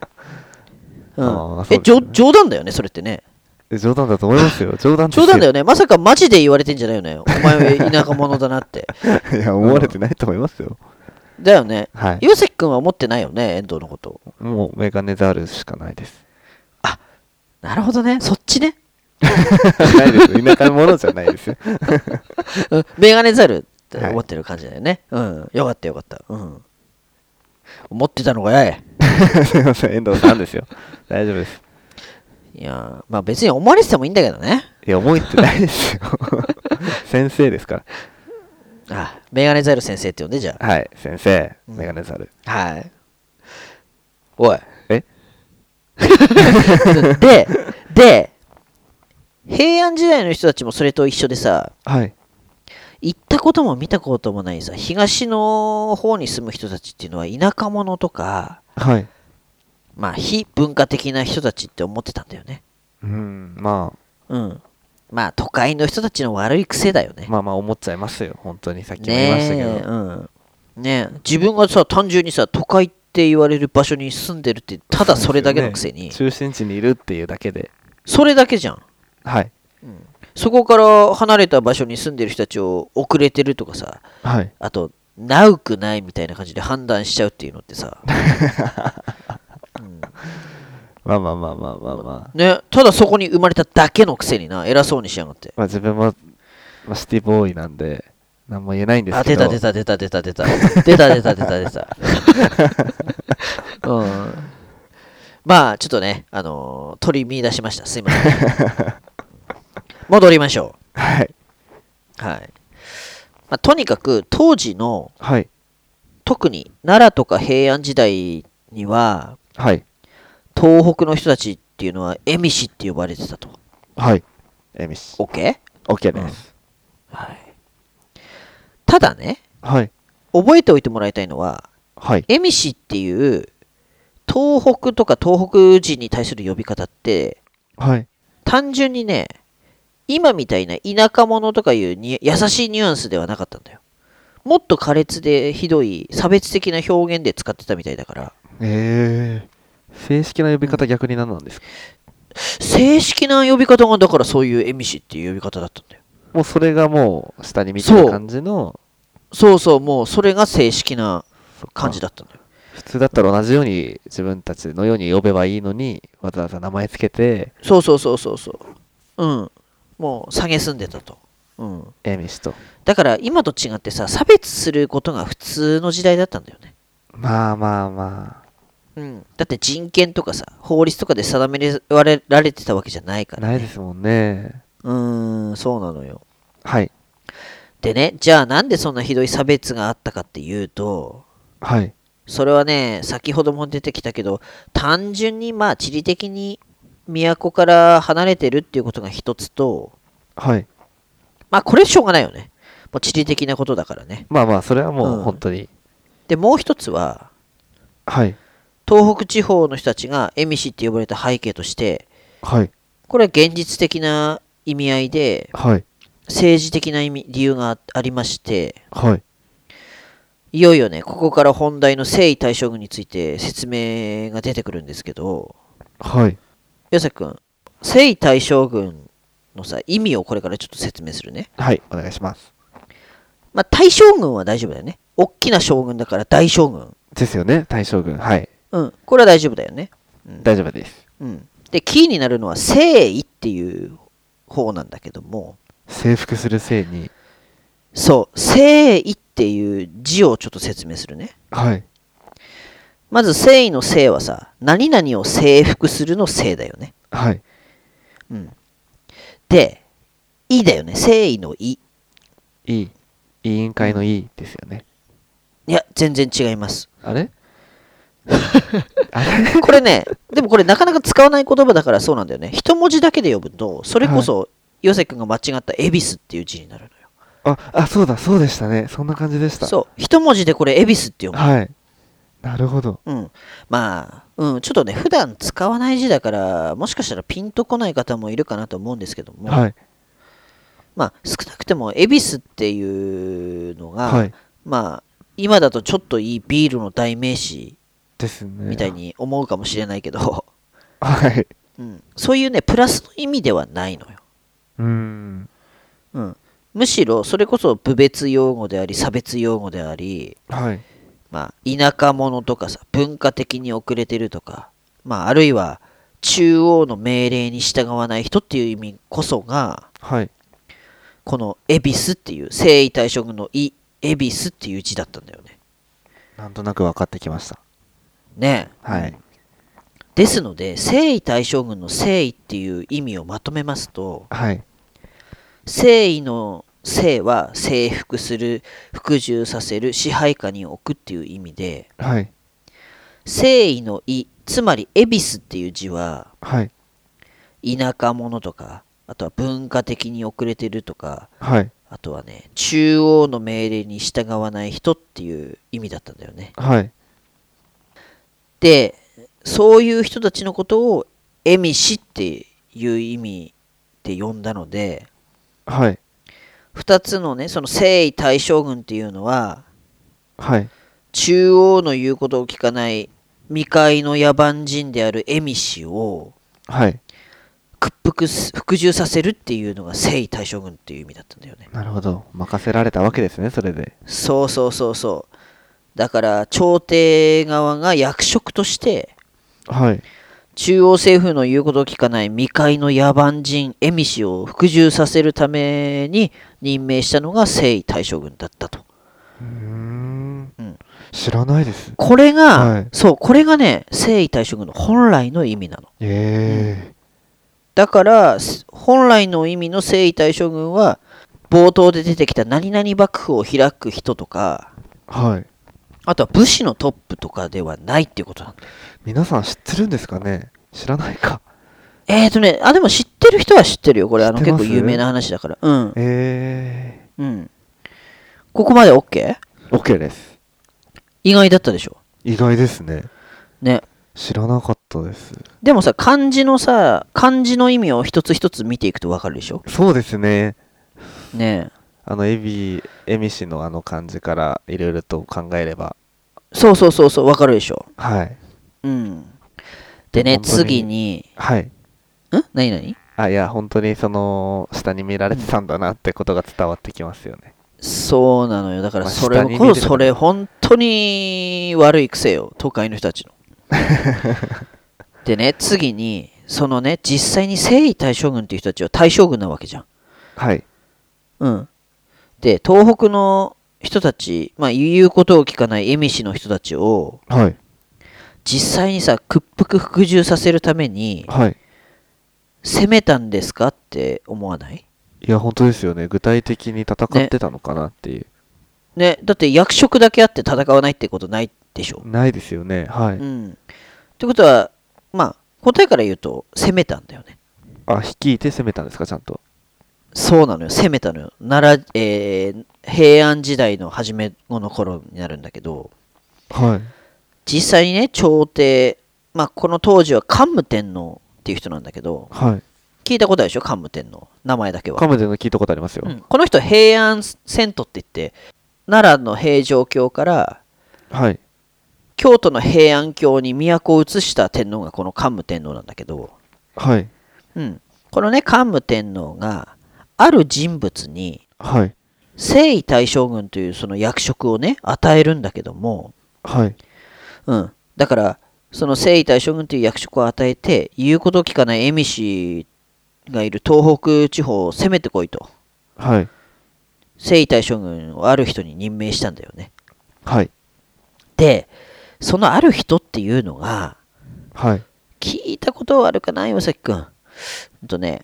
S2: ああそうです
S3: え
S2: よね
S3: 冗冗談だよねそれってね
S2: え冗談だと思います よ冗談です
S3: 冗談だよねまさかマジで言われてんじゃないよねお前は田舎者だなって
S2: よいや思われてないと思いますよ
S3: だよね
S2: はい
S3: 岩崎君は思ってないよね遠藤のこと
S2: もうメガネザールしかないです
S3: なるほどねそっちね
S2: ないです田舎者じゃないですよ
S3: うんメガネザルって思ってる感じだよね。うん。よかったよかった。うん。思ってたのがやい。
S2: すいません遠藤さんですよ大丈夫です
S3: いやー、まあ別に思われててもいいんだけどね。
S2: いや、重いってないですよ。 先生ですから。
S3: あ、メガネザル先生って呼んで、じゃ
S2: はい、先生、
S3: うん
S2: メガネザル。
S3: あ。はい。おい。
S2: え
S3: で、で、平安時代の人たちもそれと一緒でさ、
S2: はい。
S3: 行ったことも見たこともないさ、東の方に住む人たちっていうのは田舎者とか、
S2: はい。
S3: まあ非文化的な人たちって思ってたんだよね。
S2: うん、ま
S3: うん。まあ都会の人たちの悪い癖だよ
S2: あ、
S3: ね。
S2: まあまあ、思っちゃいますよ。本当に、さっきも言いました
S3: ね
S2: けど。
S3: え、うん。ねえ、自分がさ、単純にさ、都会って言われる場所に住んでるって、ただそれだけのくせに、
S2: 中心地にいるっていうだけで。
S3: それだけじゃん。
S2: はい。
S3: そこから離れた場所に住んでる人たちを遅れてるとかさ、
S2: はい。
S3: あと、なうくないみたいな感じで判断しちゃうっていうのっ てさ、
S2: まあまあまあまあまあまあ。
S3: ね、ただそこに生まれただけのくせにな、偉そうにしやがって。
S2: まあ自分も、まあ、シティボーイなんで、何も言えないんです
S3: あ、
S2: けど。
S3: 出た出た出た出た出た。出た出た出た出 た。うん。まあ、ちょっとね、あのー取り乱しました。すい ません。戻りましょ
S2: た。はい。
S3: う。はい。まあ、とにかく、当時の、
S2: はい。
S3: 特に奈良とか平安時代には、
S2: はい。
S3: 東北の人たちっていうのは、恵美氏って呼ばれてたと。
S2: はい。えみし。
S3: OK?
S2: オッケーです。
S3: はい。ただね、
S2: はい。
S3: 覚えておいてもらいたいのは、
S2: はい。
S3: 恵美氏っていう東北とか東北人に対する呼び方って
S2: はい。
S3: 単純にね今みたいな田舎者とかいうに優しいニュアンスではなかったんだよもっと苛烈でひどい差別的な表現で使ってたみたいだから
S2: えー。正式な呼び方逆に何なんですか、
S3: 正式な呼び方がだからそういう恵美氏っていう呼び方だったんだよ
S2: もうそれがもう、下に見てる感じの、
S3: そうそうもうそれが正式な感じだったんだよ
S2: 普通だったら同じように自分たちのように呼べばいいのに、わざわざ名前つけて、
S3: そうそうそうそうそううんもう下げすんでたとうん
S2: えみしと。
S3: だから今と違ってさ差別することが普通の時代だったんだよね、
S2: まあまあま
S3: うん、だって人権とかさ法律とかで定められてたわけじゃないか
S2: あ、
S3: ら
S2: ないですもんね。
S3: うーんそうなのよ
S2: はい。
S3: でねじゃあなんでそんなひどい差別があったかっていうと
S2: はい。
S3: それはね先ほども出てきたけど単純にまあ地理的に都から離れてるっていうことが一つと
S2: はい。
S3: まあこれしょうがないよねもう地理的なことだからね
S2: まあまあ、それはも
S3: う
S2: うん本当に。
S3: でもう一つは
S2: はい。
S3: 東北地方の人たちが恵美氏って呼ばれた背景として
S2: はい。
S3: これは現実的な意味合いで
S2: はい。
S3: 政治的な意味理由があありまして
S2: はい。
S3: いよいよねここから本題の征夷大将軍について説明が出てくるんですけど
S2: はい。
S3: ヨセ君征夷大将軍のさ意味をこれからちょっと説明するね
S2: はい。お願いします。
S3: まあ大将軍は大丈夫だよね大きな将軍だから大将軍
S2: ですよね、大将軍。はい。
S3: うんこれは大丈夫だよね
S2: 大丈夫です。
S3: うんでキーになるのは征夷っていう方なんだけども
S2: 征服するせいに。
S3: そう征夷っていう字をちょっと説明するね
S2: はい。
S3: まず誠意の誠はさ、何々を征服するの誠だよね。
S2: はい。
S3: で、いだよね。誠意のい。
S2: いい。委員会のいいですよね。
S3: いや、全然違 います。
S2: あれ
S3: これね、でもこれなかなか使わない言葉だからそうなんだよね。一文字だけで読むと、それこそ、ヨセ君が間違った恵比寿っていう字になるのよ。
S2: あ、あ、そうだ、そうでしたね。そんな感じでした。
S3: そう。一文字でこれ恵比寿って読む。
S2: はい。なるほど。
S3: うん。まあ、うん、ちょっとね、普段使わない字だから、もしかしたらピンとこない方もいるかなと思うんですけども、
S2: はい。
S3: まあ、少なくても恵比寿っていうのが、
S2: はい。
S3: まあ今だとちょっといいビールの代名詞
S2: ですね。
S3: みたい。に思うかもしれないけど、
S2: はい。
S3: うん、そういうねプラスの意味ではないのよ、
S2: うーん。
S3: うん、むしろそれこそ部別用語であり差別用語であり、
S2: はい。
S3: まあ、田舎者とかさ文化的に遅れてるとか、まあ、あるいは中央の命令に従わない人っていう意味こそが
S2: はい。
S3: この「恵比寿」っていう征夷大将軍の「い」「恵比寿」っていう字だったんだよね。
S2: なんとなく分かってきました。
S3: ねえ
S2: はい。
S3: ですので征夷大将軍の征夷っていう意味をまとめますと
S2: はい。
S3: 征夷の征は征服する服従させる支配下に置くっていう意味で
S2: はい
S3: 征夷の「夷つまり「恵比寿」っていう字は
S2: はい
S3: 田舎者とかあとは文化的に遅れてるとか
S2: はい
S3: あとはね中央の命令に従わない人っていう意味だったんだよね
S2: はい
S3: でそういう人たちのことを「恵比寿」っていう意味で呼んだので
S2: はい
S3: 2つのねその征夷大将軍っていうのは
S2: はい
S3: 中央の言うことを聞かない未開の野蛮人である恵比寿を
S2: はい
S3: 屈服す服従させるっていうのが征夷大将軍っていう意味だったんだよね
S2: なるほど任せられたわけですねそれで
S3: そうそうそうそうだから朝廷側が役職として
S2: はい
S3: 中央政府の言うことを聞かない未開の野蛮人恵比寿を服従させるために任命したのが征夷大将軍だったと
S2: うーん
S3: うん
S2: 知らないです
S3: これが、
S2: はい
S3: そうこれがね征夷大将軍の本来の意味なの
S2: え
S3: だからす本来の意味の征夷大将軍は冒頭で出てきた何々幕府を開く人とか
S2: えはい
S3: あとは武士のトップとかではないっていうことなんだ
S2: 皆さん知ってるんですかね知らないか
S3: えーとねあでも知ってる人は知ってるよこれあの
S2: 知って
S3: 結
S2: ます
S3: 構有名な話だからうん
S2: え
S3: うんここまで OK?
S2: え OK です
S3: 意外だったでしょ
S2: 意外ですね
S3: ね
S2: 知らなかったです
S3: でもさ漢字のさ漢字の意味を一つ一つ見ていくとわかるでしょ
S2: そうですね
S3: ねえ
S2: あのエビエミシのあの感じからいろいろと考えれば
S3: そうそうそうそうわかるでしょ
S2: はい
S3: うんでね
S2: 本当に
S3: 次に
S2: はい
S3: ん何何
S2: あいや本当にその下に見られてたんだなってことが伝わってきますよね、
S3: そうなのよ。だから
S2: まあ
S3: それ
S2: 下に
S3: こ
S2: 見
S3: そ
S2: てる
S3: それ本当に悪い癖よ。都会の人 たちの。でね、次に、そのね、実際に征夷大将軍っていう人たちは大将軍なわけじゃん。
S2: はい
S3: うん。で、東北の人たち、まあ言うことを聞かない恵美氏の人たちを、
S2: はい
S3: 実際にさ、屈服服従させるために、
S2: はい
S3: 攻めたんですかって思わない
S2: いや本当ですよね具体的に戦ってたのかなっていう、
S3: ね、だって役職だけあって戦わないってことないでしょ。
S2: ないですよねはい、
S3: うん。ってことは、まあ、答えから言うと、攻めたんだよね。
S2: あ率いて攻めたんですかちゃんと
S3: そうなのよ、攻めたのよ。奈良、えー平安時代の初め後の頃になるんだけど、
S2: はい
S3: 実際にね、朝廷、まあ、この当時は桓武天皇っていう人なんだけど、
S2: はい
S3: 聞いたことあるでしょ、桓武天皇。名前だけ
S2: カ
S3: は。
S2: ムでの聞いたことありますよ、
S3: うんこの人、平安遷都って言って、奈良の平城京から、
S2: はい
S3: 京都の平安京に都を移した天皇がこの桓武天皇なんだけど、
S2: はい
S3: うん、このね桓武天皇がある人物に
S2: はい
S3: 征夷大将軍というその役職をね与えるんだけども、
S2: はい
S3: うん、だからその征夷大将軍という役職を与えて言うことを聞かない恵美氏がいる東北地方を攻めてこいと
S2: はい
S3: 征夷大将軍をある人に任命したんだよね。
S2: はい
S3: でそのある人っていうのが
S2: はい
S3: 聞いたことはあるかな岩崎君。うんとね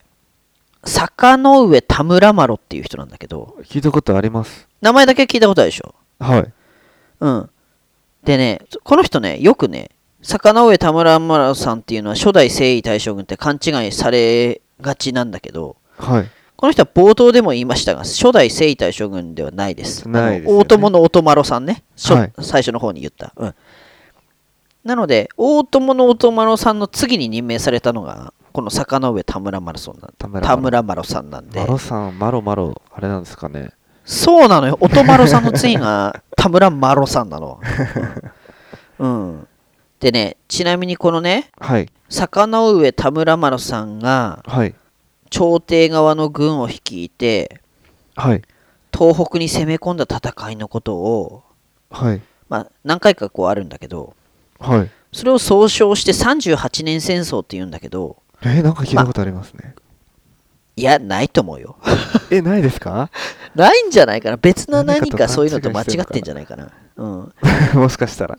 S3: 坂ノ上田村麻呂っていう人なんだけど
S2: 聞いたことあります
S3: 名前だけ聞いたことあるでしょ
S2: はい
S3: うん。でね、この人ね、よくね、坂上田村麻呂さんっていうのは初代征夷大将軍って勘違いされがちなんだけど、
S2: はい
S3: この人は冒頭でも言いましたが、初代征夷大将軍ではないです。
S2: ないです
S3: あ
S2: よ
S3: の
S2: ね
S3: 大友の大丸さんね、初
S2: はい
S3: 最初の方に言った。うん。なので、大友の大丸さんの次に任命されたのが、この坂上田村麻呂さんなん
S2: 田村
S3: 田村麻呂さんなんで
S2: マ、ロさんマロマロあれなんですかね
S3: そうなのよ、音丸さんの次 が田村マロさんなの。うん、でね、ちなみにこのね、
S2: はい
S3: 坂の上田村マロさんが
S2: はい
S3: 朝廷側の軍を率いて、
S2: はい
S3: 東北に攻め込んだ戦いのことを、
S2: はい
S3: まあ、何回かこうあるんだけど、
S2: はい
S3: それを総称して38年戦争って言うんだけど、
S2: えーなんか聞いたことありますね、
S3: いや、ないと思うよ。
S2: えないですか
S3: ないんじゃないかな。別の何
S2: 何か
S3: か
S2: と
S3: そういうのと
S2: 勘違
S3: 間
S2: いしてる
S3: 違
S2: のかな
S3: ってんじゃないかな。うん。
S2: もしかしたら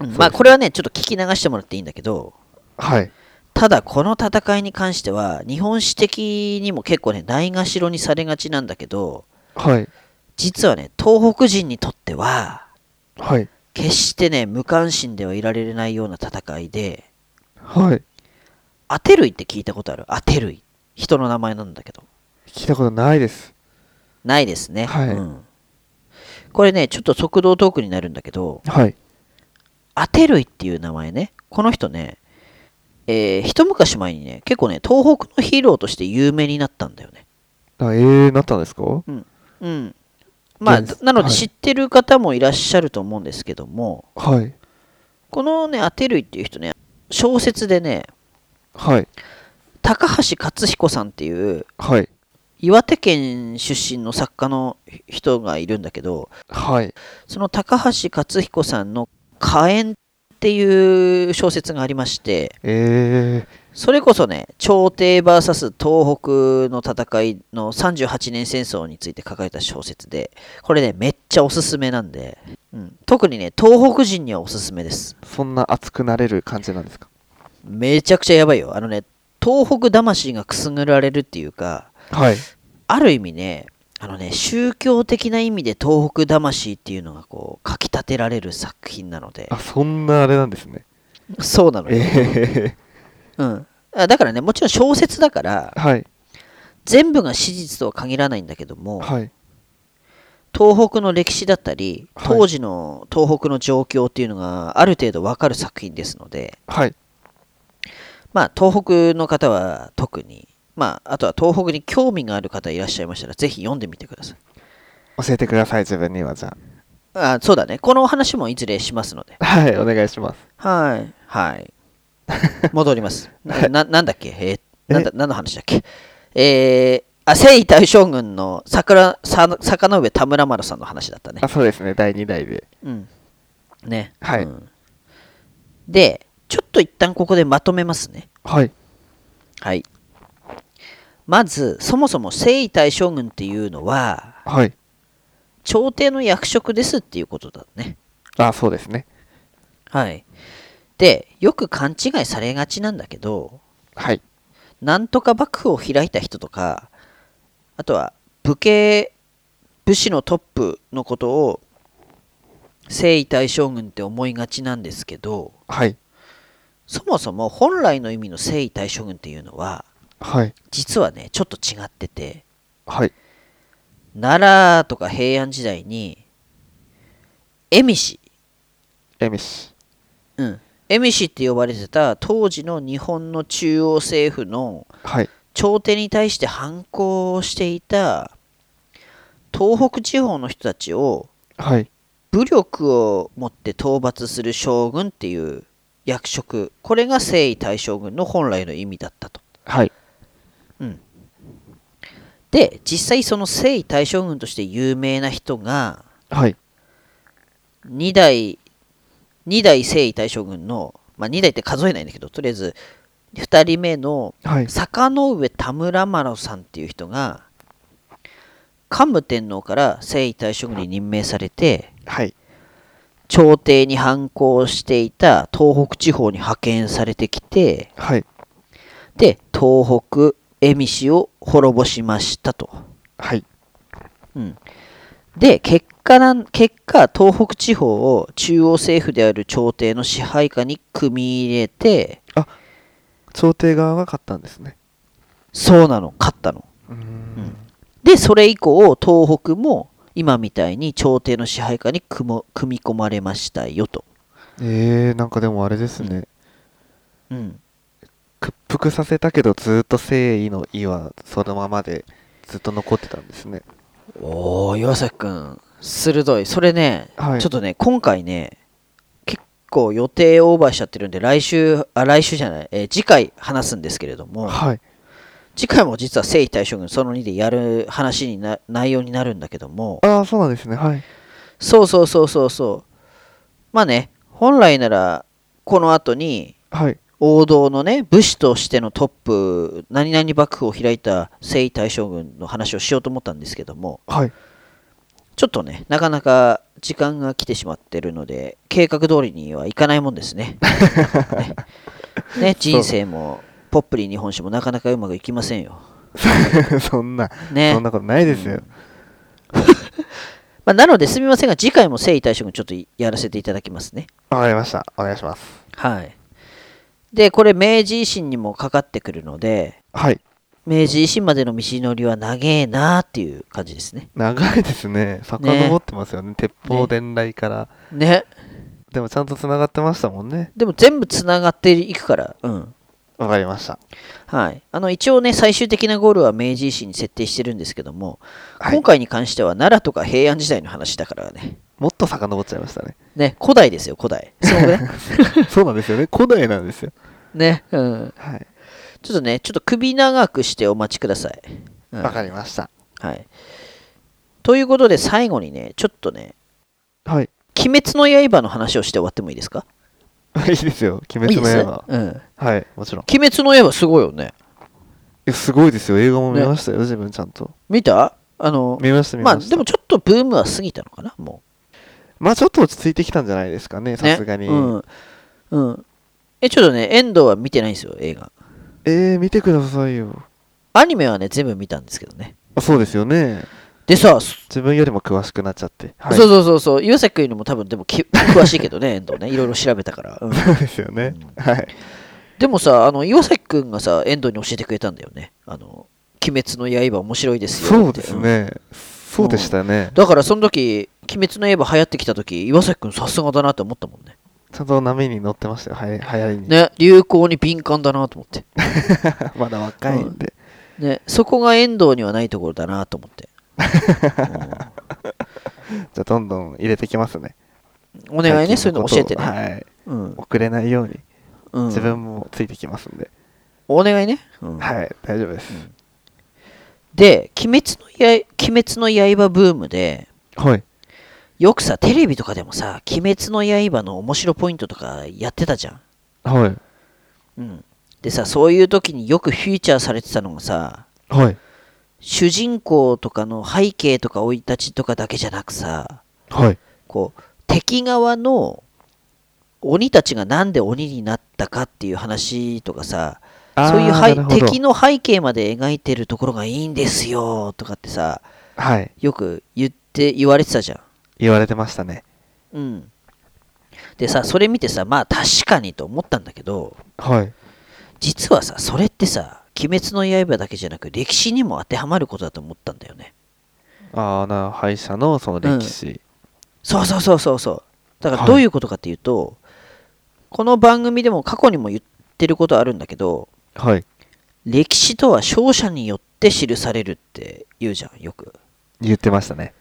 S3: うんまあ、これはね、ちょっと聞き流してもらっていいんだけど、
S2: はい
S3: ただこの戦いに関しては日本史的にも結構ねないがしろにされがちなんだけど
S2: はい。
S3: 実はね東北人にとっては
S2: はい。
S3: 決してね無関心ではいられないような戦いで
S2: はい。
S3: アテルイって聞いたことあるアテルイ人の名前なんだけど
S2: 聞いたことないです。
S3: ないですね、
S2: はい
S3: うんこれねちょっと速度トークになるんだけど
S2: はい。
S3: アテルイっていう名前ねこの人ねえー一昔前にね結構ね東北のヒーローとして有名になったんだよね
S2: あええなったんですかは
S3: うんまあ、
S2: です
S3: なので
S2: はい
S3: 知ってる方もいらっしゃると思うんですけども、
S2: い。
S3: このねアテルイっていう人ね小説でね
S2: はい。
S3: 高橋克彦さんっていう
S2: はい。
S3: 岩手県出身の作家の人がいるんだけど
S2: はい。
S3: その高橋克彦さんの「火炎」っていう小説がありまして
S2: ええ
S3: それこそね朝廷 VS 東北の戦いの38年戦争について書かれた小説でこれねめっちゃおすすめなんで、うん、特にね東北人にはおすすめです
S2: そんな熱くなれる感じなんですか
S3: めちゃくちゃやばいよあのね東北魂がくすぐられるっていうか
S2: はい。
S3: ある意味ねあのね宗教的な意味で東北魂っていうのがこうかき立てられる作品なので
S2: あ、そんなあれなんですね。
S3: そうなのよ、
S2: ええ
S3: うん、あだからねもちろん小説だから
S2: はい。
S3: 全部が史実とは限らないんだけども、
S2: はい。
S3: 東北の歴史だったり
S2: はい
S3: 当時の東北の状況っていうのがある程度わかる作品ですので、
S2: はい。
S3: まあ、東北の方は特に、まあ、あとは東北に興味がある方いらっしゃいましたらぜひ読んでみてください
S2: 教えてください、自分にはじゃ
S3: あそうだねこのお話もいずれしますので
S2: あ。はい、お願いします。
S3: はいはい戻りますなななんだっけえーなんだ何の話だっけえー、あ征夷大将軍の桜さ坂上田村丸さんの話だったね
S2: あ、そうですね、第2代で。
S3: うん。ね。
S2: はい
S3: うんで、ちょっと一旦ここでまとめますね。
S2: はい。
S3: はい。まず、そもそも征夷大将軍っていうのは、
S2: はい。
S3: 朝廷の役職ですっていうことだね。
S2: あ、そうですね。
S3: はい。で、よく勘違いされがちなんだけど、
S2: はい。
S3: なんとか幕府を開いた人とか、あとは武家、武士のトップのことを征夷大将軍って思いがちなんですけど、
S2: はい。
S3: そもそも本来の意味の征夷大将軍っていうのは
S2: はい。
S3: 実はねちょっと違ってて
S2: はい。
S3: 奈良とか平安時代に蝦夷
S2: えみし。
S3: うん蝦夷って呼ばれてた当時の日本の中央政府の
S2: はい。
S3: 朝廷に対して反抗をしていた東北地方の人たちを
S2: はい。
S3: 武力を持って討伐する将軍っていう役職これが征夷大将軍の本来の意味だったと。
S2: はい。
S3: で実際その征夷大将軍として有名な人が
S2: はい。
S3: 2代二代征夷大将軍の、まあ、2代って数えないんだけどとりあえず2人目の
S2: はい。
S3: 坂上田村麻呂さんっていう人が桓武天皇から征夷大将軍に任命されて
S2: はい。
S3: 朝廷に反抗していた東北地方に派遣されてきて
S2: はい。
S3: で東北蝦夷を滅ぼしましたと。
S2: はい。
S3: で結果なん結果東北地方を中央政府である朝廷の支配下に組み入れて
S2: 朝廷側が勝ったんですね。
S3: そうなの勝ったの
S2: うーん。
S3: でそれ以降東北も今みたいに朝廷の支配下に組も組み込まれましたよと、
S2: えー、なんかでもあれですね。
S3: うん、
S2: 屈服させたけど、ずっと誠意の意はそのままでずっと残ってたんですね。
S3: おお岩崎君鋭いそれね、
S2: はい。
S3: ちょっとね今回ね結構予定オーバーしちゃってるんで来週あ来週じゃない、えー次回話すんですけれども
S2: はい。
S3: 次回も実は征夷大将軍その2でやる話にな内容になるんだけども
S2: ああ、そうなんですね。はい。
S3: そうそうそうそうそうまあね本来ならこの後に
S2: はい。
S3: 王道のね武士としてのトップ何々幕府を開いた征夷大将軍の話をしようと思ったんですけども
S2: はい。
S3: ちょっとねなかなか時間が来てしまってるの で計画通りにはいかないもんですねねね人生もポップリー日本酒もなかなかうまくいきませんよ。
S2: そんな、
S3: ね
S2: そん。なことないですよ。
S3: まあ、なのですみませんが、次回も征夷大将軍ちょっとやらせていただきますね。
S2: わかりました。お願いします。
S3: はい。で、これ明治維新にもかかってくるので、
S2: はい。
S3: 明治維新までの道のりは長えなっていう感じですね。
S2: 長いですね。遡ってますよね。鉄砲伝来から。
S3: ね。
S2: でもちゃんと繋がってましたもんね。
S3: でも全部つながっていくから、うん。
S2: わかりました。
S3: はい。あの、一応ね、最終的なゴールは明治維新に設定してるんですけども、
S2: はい
S3: 今回に関しては奈良とか平安時代の話だからね。
S2: もっと遡っちゃいましたね。
S3: ね、古代ですよ、古代。そうね。
S2: そうなんですよね。古代なんですよ。
S3: ね、うん。
S2: はい。
S3: ちょっとね、ちょっと首長くしてお待ちください。うん
S2: わかりました。
S3: はい。ということで、最後にね、ちょっとね、
S2: はい。
S3: 鬼滅の刃の話をして終わってもいいですか
S2: いいですよ。鬼滅
S3: いい
S2: の
S3: です、
S2: 刃。
S3: うん。
S2: はい。もちろん。い
S3: 鬼滅の刃すごいよね。
S2: やすごいですよ。映画も見ましたよ。自分ちゃんと。
S3: 見たあの、
S2: 見ました、見
S3: まあ、
S2: まし
S3: で
S2: た。
S3: もちょっとブームは過ぎたのかな、も
S2: まあ、ちょっと落ち着いてきたんじゃないですかね。
S3: う。ね
S2: さすがに。
S3: うん。うん。え、ちょっとね、遠藤は見てないんですよ、映画。
S2: えー、見てくださいよ。
S3: アニメはね、全部見たんですけどね。
S2: あそうですよね。
S3: でさ、そ
S2: 自分よりも詳しくなっちゃって。はい、
S3: そうそうそうそう、岩崎君にも多分、でもき 詳しいけどね、遠藤ね、いろいろ調べたから。うん
S2: そうですよね。はい。
S3: でもさ、あの岩崎君がさ、遠藤に教えてくれたんだよね。あの、鬼滅の刃面白いですよって。
S2: そうですね。そうでしたね
S3: うん。。だからその時、鬼滅の刃流行ってきた時、岩崎君さすがだなって思ったもんね。
S2: ちゃんと波に乗ってましたよ。はい、早いに。
S3: ね、流行に敏感だなと思って。
S2: まだ若いんで。
S3: ね、そこが遠藤にはないところだなと思って。
S2: じゃあ、どんどん入れてきますね。
S3: お願いね、そ
S2: 最
S3: う
S2: 近
S3: いうの
S2: こと
S3: 教えてね。
S2: はい。
S3: うん
S2: 遅れないように、
S3: うん、
S2: 自分もついてきますんで。
S3: お願いね。うん
S2: はい、大丈夫です。
S3: で鬼滅の刃鬼滅の刃ブームで
S2: はい。
S3: よくさテレビとかでもさ「鬼滅の刃」の面白ポイントとかやってたじゃん、
S2: はい。
S3: うん、でさそういう時によくフィーチャーされてたのがさ
S2: はい。
S3: 主人公とかの背景とか生い立ちとかだけじゃなくさ
S2: はい。
S3: こう敵側の鬼たちがなんで鬼になったかっていう話とかさそういう
S2: は
S3: 背敵の背景まで描いてるところがいいんですよとかってさ
S2: はい。
S3: よく言って言われてたじゃん
S2: 言われてましたね。
S3: うん。でさ、それ見てさ、まあ確かにと思ったんだけど、
S2: はい。
S3: 実はさ、それってさ、鬼滅の刃だけじゃなく歴史にも当てはまることだと思ったんだよね。
S2: ああ、な、歯医者のその歴史。
S3: そうそうそうそうそう。だから
S2: はい
S3: どういうことかっていうと、この番組でも過去にも言ってることあるんだけど、
S2: はい。
S3: 歴史とは勝者によって記されるって言うじゃん、よく。
S2: 言ってましたね。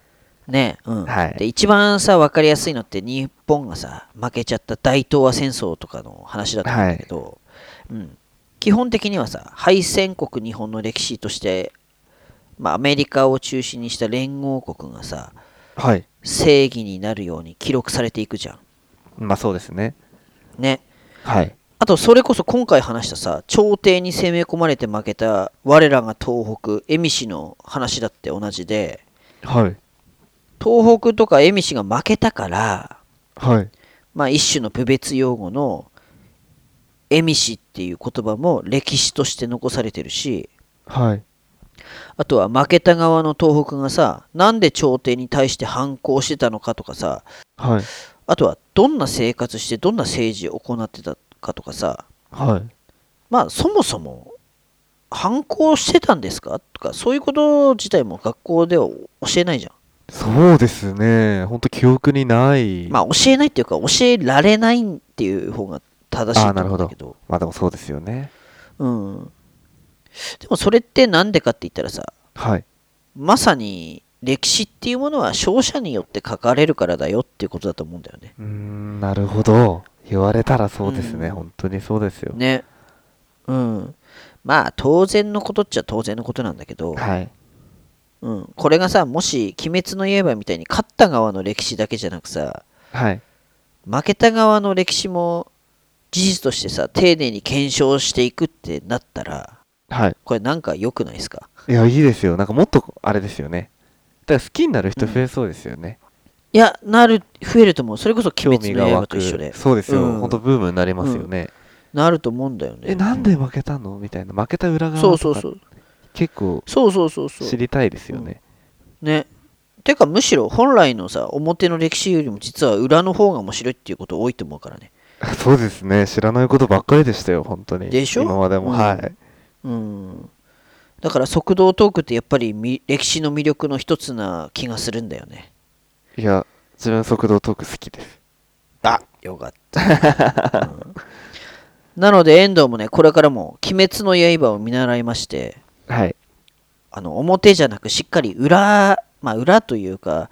S3: ねうん
S2: はい
S3: で一番さ分かりやすいのって日本がさ負けちゃった大東亜戦争とかの話だと思うんだけど、うん、基本的にはさ敗戦国日本の歴史として、まあ、アメリカを中心にした連合国がさ
S2: はい。
S3: 正義になるように記録されていくじゃん。
S2: まあそうですね。
S3: ね、
S2: はい。
S3: あとそれこそ今回話したさ朝廷に攻め込まれて負けた我らが東北恵美氏の話だって同じで
S2: はい。
S3: 東北とか恵美氏が負けたから
S2: はい。
S3: まあ、一種の部別用語の「えみし」っていう言葉も歴史として残されてるし
S2: はい。
S3: あとは負けた側の東北がさなんで朝廷に対して反抗してたのかとかさ
S2: はい。
S3: あとはどんな生活してどんな政治を行ってたかとかさ
S2: はい。
S3: まあそもそも反抗してたんですかとかそういうこと自体も学校では教えないじゃん。
S2: そうですね。ほんと記憶にない。
S3: まあ教えないっていうか教えられないっていう方が正しいと
S2: あーなる
S3: 思
S2: ほ
S3: うんだ
S2: ど
S3: けど。
S2: まあでもそうですよね。
S3: うん。でもそれってなんでかって言ったらさ、
S2: はい。
S3: まさに歴史っていうものは勝者によって書かれるからだよっていうことだと思うんだよね。
S2: うーん、なるほど。言われたらそうですね。
S3: うん
S2: 本当にそうですよ。
S3: ね。うん。まあ当然のことっちゃ当然のことなんだけど、
S2: はい。
S3: うん、これがさ、もし鬼滅の刃みたいに勝った側の歴史だけじゃなくさ、
S2: はい。
S3: 負けた側の歴史も事実としてさ、丁寧に検証していくってなったら、
S2: はい。
S3: これなんか良くないですか
S2: いや、いいですよ。なんかもっと、あれですよね。だから好きになる人増えそうですよね。
S3: いや、なる、増えると思う。それこそ
S2: 興
S3: 鬼
S2: 味
S3: 滅
S2: が
S3: の
S2: 湧
S3: 刃と
S2: く。
S3: 一緒で。
S2: そうですよ。
S3: うん
S2: 本当ブームになりますよね。
S3: なると思うんだよね。
S2: え、なんで負けたのみたいな、負けた裏側
S3: そうそうそ
S2: とか
S3: う。
S2: 結構
S3: そうそうそうそう。
S2: 知りたいですよね。
S3: ね。てかむしろ本来のさ表の歴史よりも実は裏の方が面白いっていうこと多いと思うからね。
S2: そうですね、知らないことばっかりでしたよ、本当に。
S3: でしょ
S2: 今までも、
S3: うん
S2: はい。
S3: うん。だから速道トークってやっぱりみ歴史の魅力の一つな気がするんだよね。
S2: いや、自分速度トーク好きです。
S3: あよかった、うんなので遠藤もねこれからも「鬼滅の刃」を見習いまして
S2: はい。
S3: あの表じゃなくしっかり裏まあ裏というか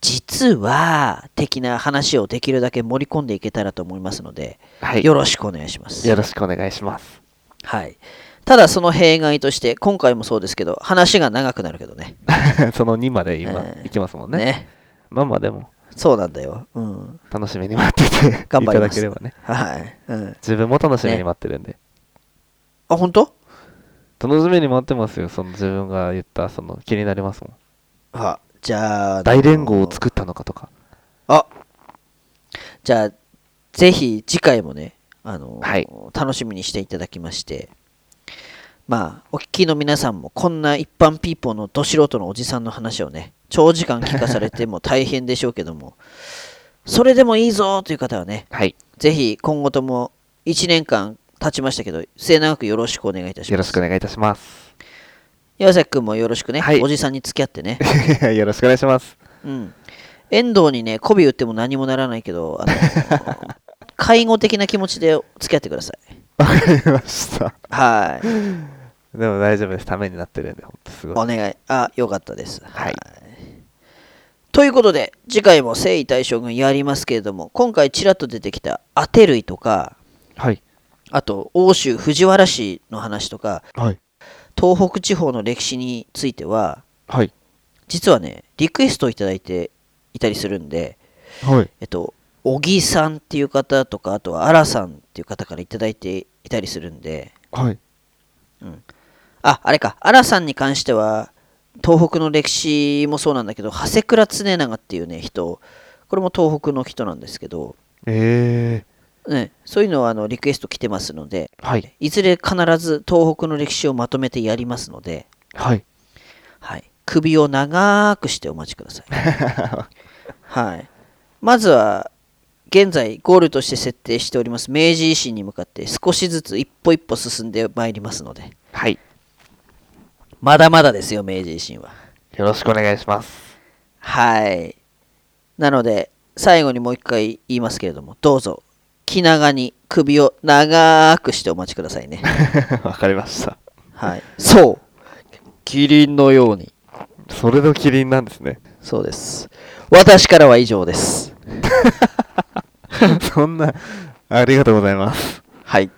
S3: 実は的な話をできるだけ盛り込んでいけたらと思いますので、
S2: はい。
S3: よろしくお願いします
S2: よろしくお願いします。
S3: はい、ただその弊害として今回もそうですけど話が長くなるけどね
S2: その2まで今、
S3: えー
S2: いきますもん
S3: ね
S2: ね。まあまあでも、
S3: そうなんだようん
S2: 楽しみに待ってていた
S3: 頑張りま
S2: だ
S3: す
S2: ければね。
S3: はい、うん、
S2: 自分も楽しみに待ってるんで。
S3: あ本当
S2: 楽しみに待ってますよ、その自分が言った、その気になりますもん。
S3: あじゃあ
S2: 大連合を作ったのかとか。
S3: あじゃあ、ぜひ次回もね、あの
S2: はい
S3: 楽しみにしていただきまして、まあ、お聞きの皆さんも、こんな一般ピーポーのど素人のおじさんの話をね、長時間聞かされても大変でしょうけども、 それでもいいぞという方はね、
S2: はい。
S3: ぜひ今後とも1年間経ちましたけど、末永くよろしくお願いいたし
S2: よ
S3: ま
S2: ろ
S3: す。
S2: しくお願いいたします。
S3: 岩崎君もよろしくね、
S2: はい
S3: おじさんに付き合ってね。
S2: よろしくお願いします。
S3: うん。遠藤にね、媚び打っても何もならないけど、あの 介護的な気持ちで付き合ってください。
S2: わかりました。
S3: はい。
S2: でも大丈夫です。ためになってるんで、ほんとすごい。
S3: お願い。あ、よかったです。
S2: はい。
S3: ということで、次回も征夷大将軍やりますけれども、今回ちらっと出てきたアテ類とか、
S2: はい。
S3: あと、欧州藤原氏の話とか、
S2: はい。
S3: 東北地方の歴史については、
S2: はい。
S3: 実はね、リクエストをいただいていたりするんで、
S2: はい。
S3: えっと、小木さんっていう方とか、あとはアラさんっていう方からいただいていたりするんで、
S2: はい。
S3: あ、あれか、アラさんに関しては、東北の歴史もそうなんだけど、長谷倉常長っていうね、人、これも東北の人なんですけど、
S2: え
S3: ね、そういうのはあのリクエスト来てますので、
S2: ー。はい。
S3: いずれ必ず東北の歴史をまとめてやりますので、
S2: はい。
S3: はい、首を長くしてお待ちくだ さい。はい、まずは現在ゴールとして設定しております明治維新に向かって少しずつ一歩一歩進んでまいりますので
S2: はい。
S3: まだまだですよ明治維新は
S2: よろしくお願いします。
S3: はいなので最後にもう一回言いますけれどもどうぞ気長に首を長くしてお待ちくださいね
S2: わかりました。
S3: はい そうキリンのように
S2: それのキリンなんです ね。
S3: そうです私からは以上です
S2: そんな、ありがとうございます。
S3: はい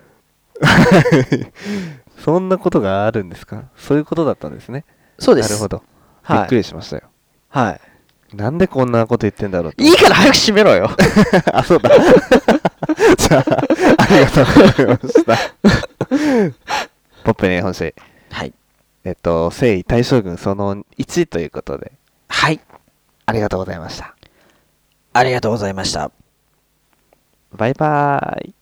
S2: そんなことがあるんですかそういうことだったんですね。
S3: そうです
S2: なるほど。び
S3: はい
S2: っくりしましたよ。
S3: は
S2: なんでこんなこと言ってんだろうと
S3: いいいから早く閉めろ よ
S2: あ、そうだ。じゃあ、ありがとうございました。ポップに本誌、
S3: はい
S2: えっと、征夷大将軍その1ということで、
S3: はい
S2: ありがとうございました。
S3: ありがとうございました
S2: バイバーイ。